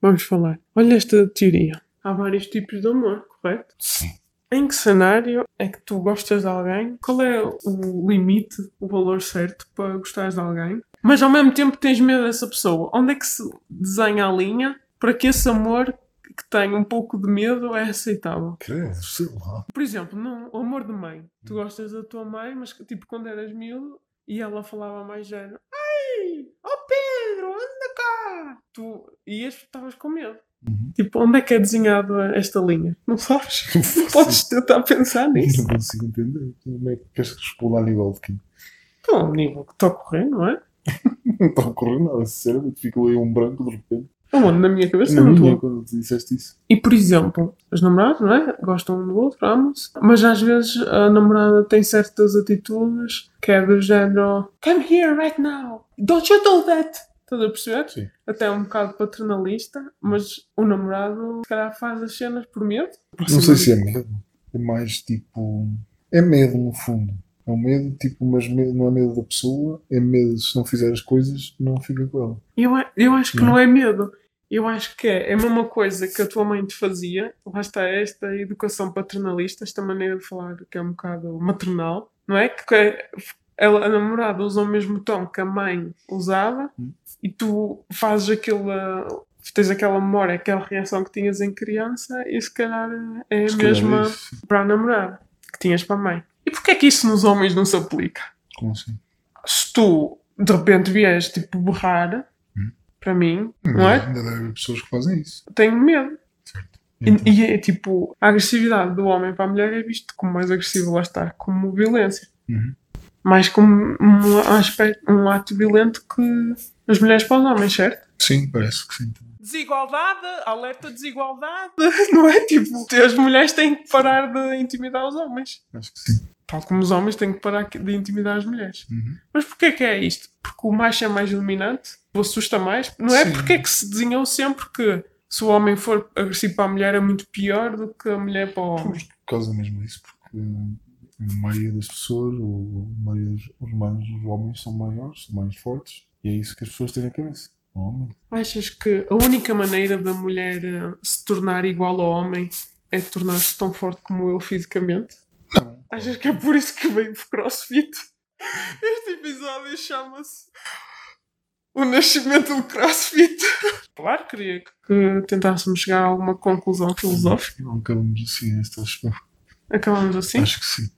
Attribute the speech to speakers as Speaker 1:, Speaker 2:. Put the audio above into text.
Speaker 1: Vamos falar. Olha esta teoria. Há vários tipos de amor, correto?
Speaker 2: Sim.
Speaker 1: Em que cenário é que tu gostas de alguém? Qual é o limite, o valor certo para gostares de alguém? Mas ao mesmo tempo tens medo dessa pessoa. Onde é que se desenha a linha para que esse amor que tem um pouco de medo é aceitável?
Speaker 2: Credo, sei lá.
Speaker 1: Por exemplo, não, o amor de mãe. Tu
Speaker 2: Hum.
Speaker 1: gostas da tua mãe, mas tipo quando eras miúdo e ela falava mais género. Ai, ó Pedro, anda cá! Tu ias, estavas com medo.
Speaker 2: Uhum.
Speaker 1: Tipo, onde é que é desenhada esta linha? Não sabes? Não podes tentar pensar nisso.
Speaker 2: Não consigo entender. Como é que queres responder a nível de quê?
Speaker 1: Pô, um nível que está a correr, não é?
Speaker 2: Não está a ocorrer nada, sinceramente. Ficou aí um branco de repente.
Speaker 1: É um na minha cabeça,
Speaker 2: Na
Speaker 1: não
Speaker 2: minha,
Speaker 1: estou.
Speaker 2: quando disseste isso.
Speaker 1: E, por exemplo, os namorados, não é? Gostam um do outro, amam-se. Mas às vezes a namorada tem certas atitudes que é do género Come here right now! Don't you do that! Estás a perceber?
Speaker 2: Sim.
Speaker 1: Até um bocado paternalista, mas o namorado se calhar faz as cenas por medo.
Speaker 2: Não sei se é medo. É mais tipo. É medo, no fundo. É um medo, tipo, mas medo, não é medo da pessoa, é medo se não fizer as coisas, não fica com ela.
Speaker 1: Eu, a- eu acho que
Speaker 2: Não.
Speaker 1: não. é medo. Eu acho que é a mesma coisa que a tua mãe te fazia. Lá está esta educação paternalista, esta maneira de falar que é um bocado maternal, não é? Que é- ela, a namorada usa o mesmo tom que a mãe usava
Speaker 2: Hum.
Speaker 1: e tu fazes aquela. tens aquela memória, aquela reação que tinhas em criança e se calhar é a
Speaker 2: Se calhar é
Speaker 1: mesma
Speaker 2: isso.
Speaker 1: para a namorada que tinhas para a mãe. E porquê é que isso nos homens não se aplica?
Speaker 2: Como assim?
Speaker 1: se tu de repente vieres tipo borrar
Speaker 2: Hum.
Speaker 1: para mim, não é?
Speaker 2: Ainda deve haver pessoas que fazem isso.
Speaker 1: Tenho medo. E-
Speaker 2: Então,
Speaker 1: E, é tipo, a agressividade do homem para a mulher é visto como mais agressivo, lá está, como violência.
Speaker 2: Uhum.
Speaker 1: Mais como um, aspecto, um ato violento que as mulheres para os homens, certo?
Speaker 2: Sim, parece que sim. também.
Speaker 1: Desigualdade, alerta desigualdade, não é? Tipo, as mulheres têm que parar de intimidar os homens.
Speaker 2: Acho que sim.
Speaker 1: Tal como os homens têm que parar de intimidar as mulheres.
Speaker 2: Uhum.
Speaker 1: Mas porquê que é isto? Porque o macho é mais dominante? O assusta mais? Não é?
Speaker 2: Sim.
Speaker 1: Porquê é que se desenhou sempre que se o homem for agressivo para a mulher é muito pior do que a mulher para o homem?
Speaker 2: Por causa mesmo disso, porque hum, a maioria das pessoas, o, a maioria dos os mais- os homens são maiores, são mais fortes, e é isso que as pessoas têm na cabeça. O homem.
Speaker 1: Achas que a única maneira da mulher eh, se tornar igual ao homem é tornar-se tão forte como eu fisicamente?
Speaker 2: Não.
Speaker 1: Achas que é por isso que veio o crossfit? Este episódio chama-se O Nascimento do Crossfit. Claro, queria que tentássemos chegar a alguma conclusão filosófica.
Speaker 2: Não acabamos assim neste aspecto.
Speaker 1: Acabamos assim?
Speaker 2: Acho que sim.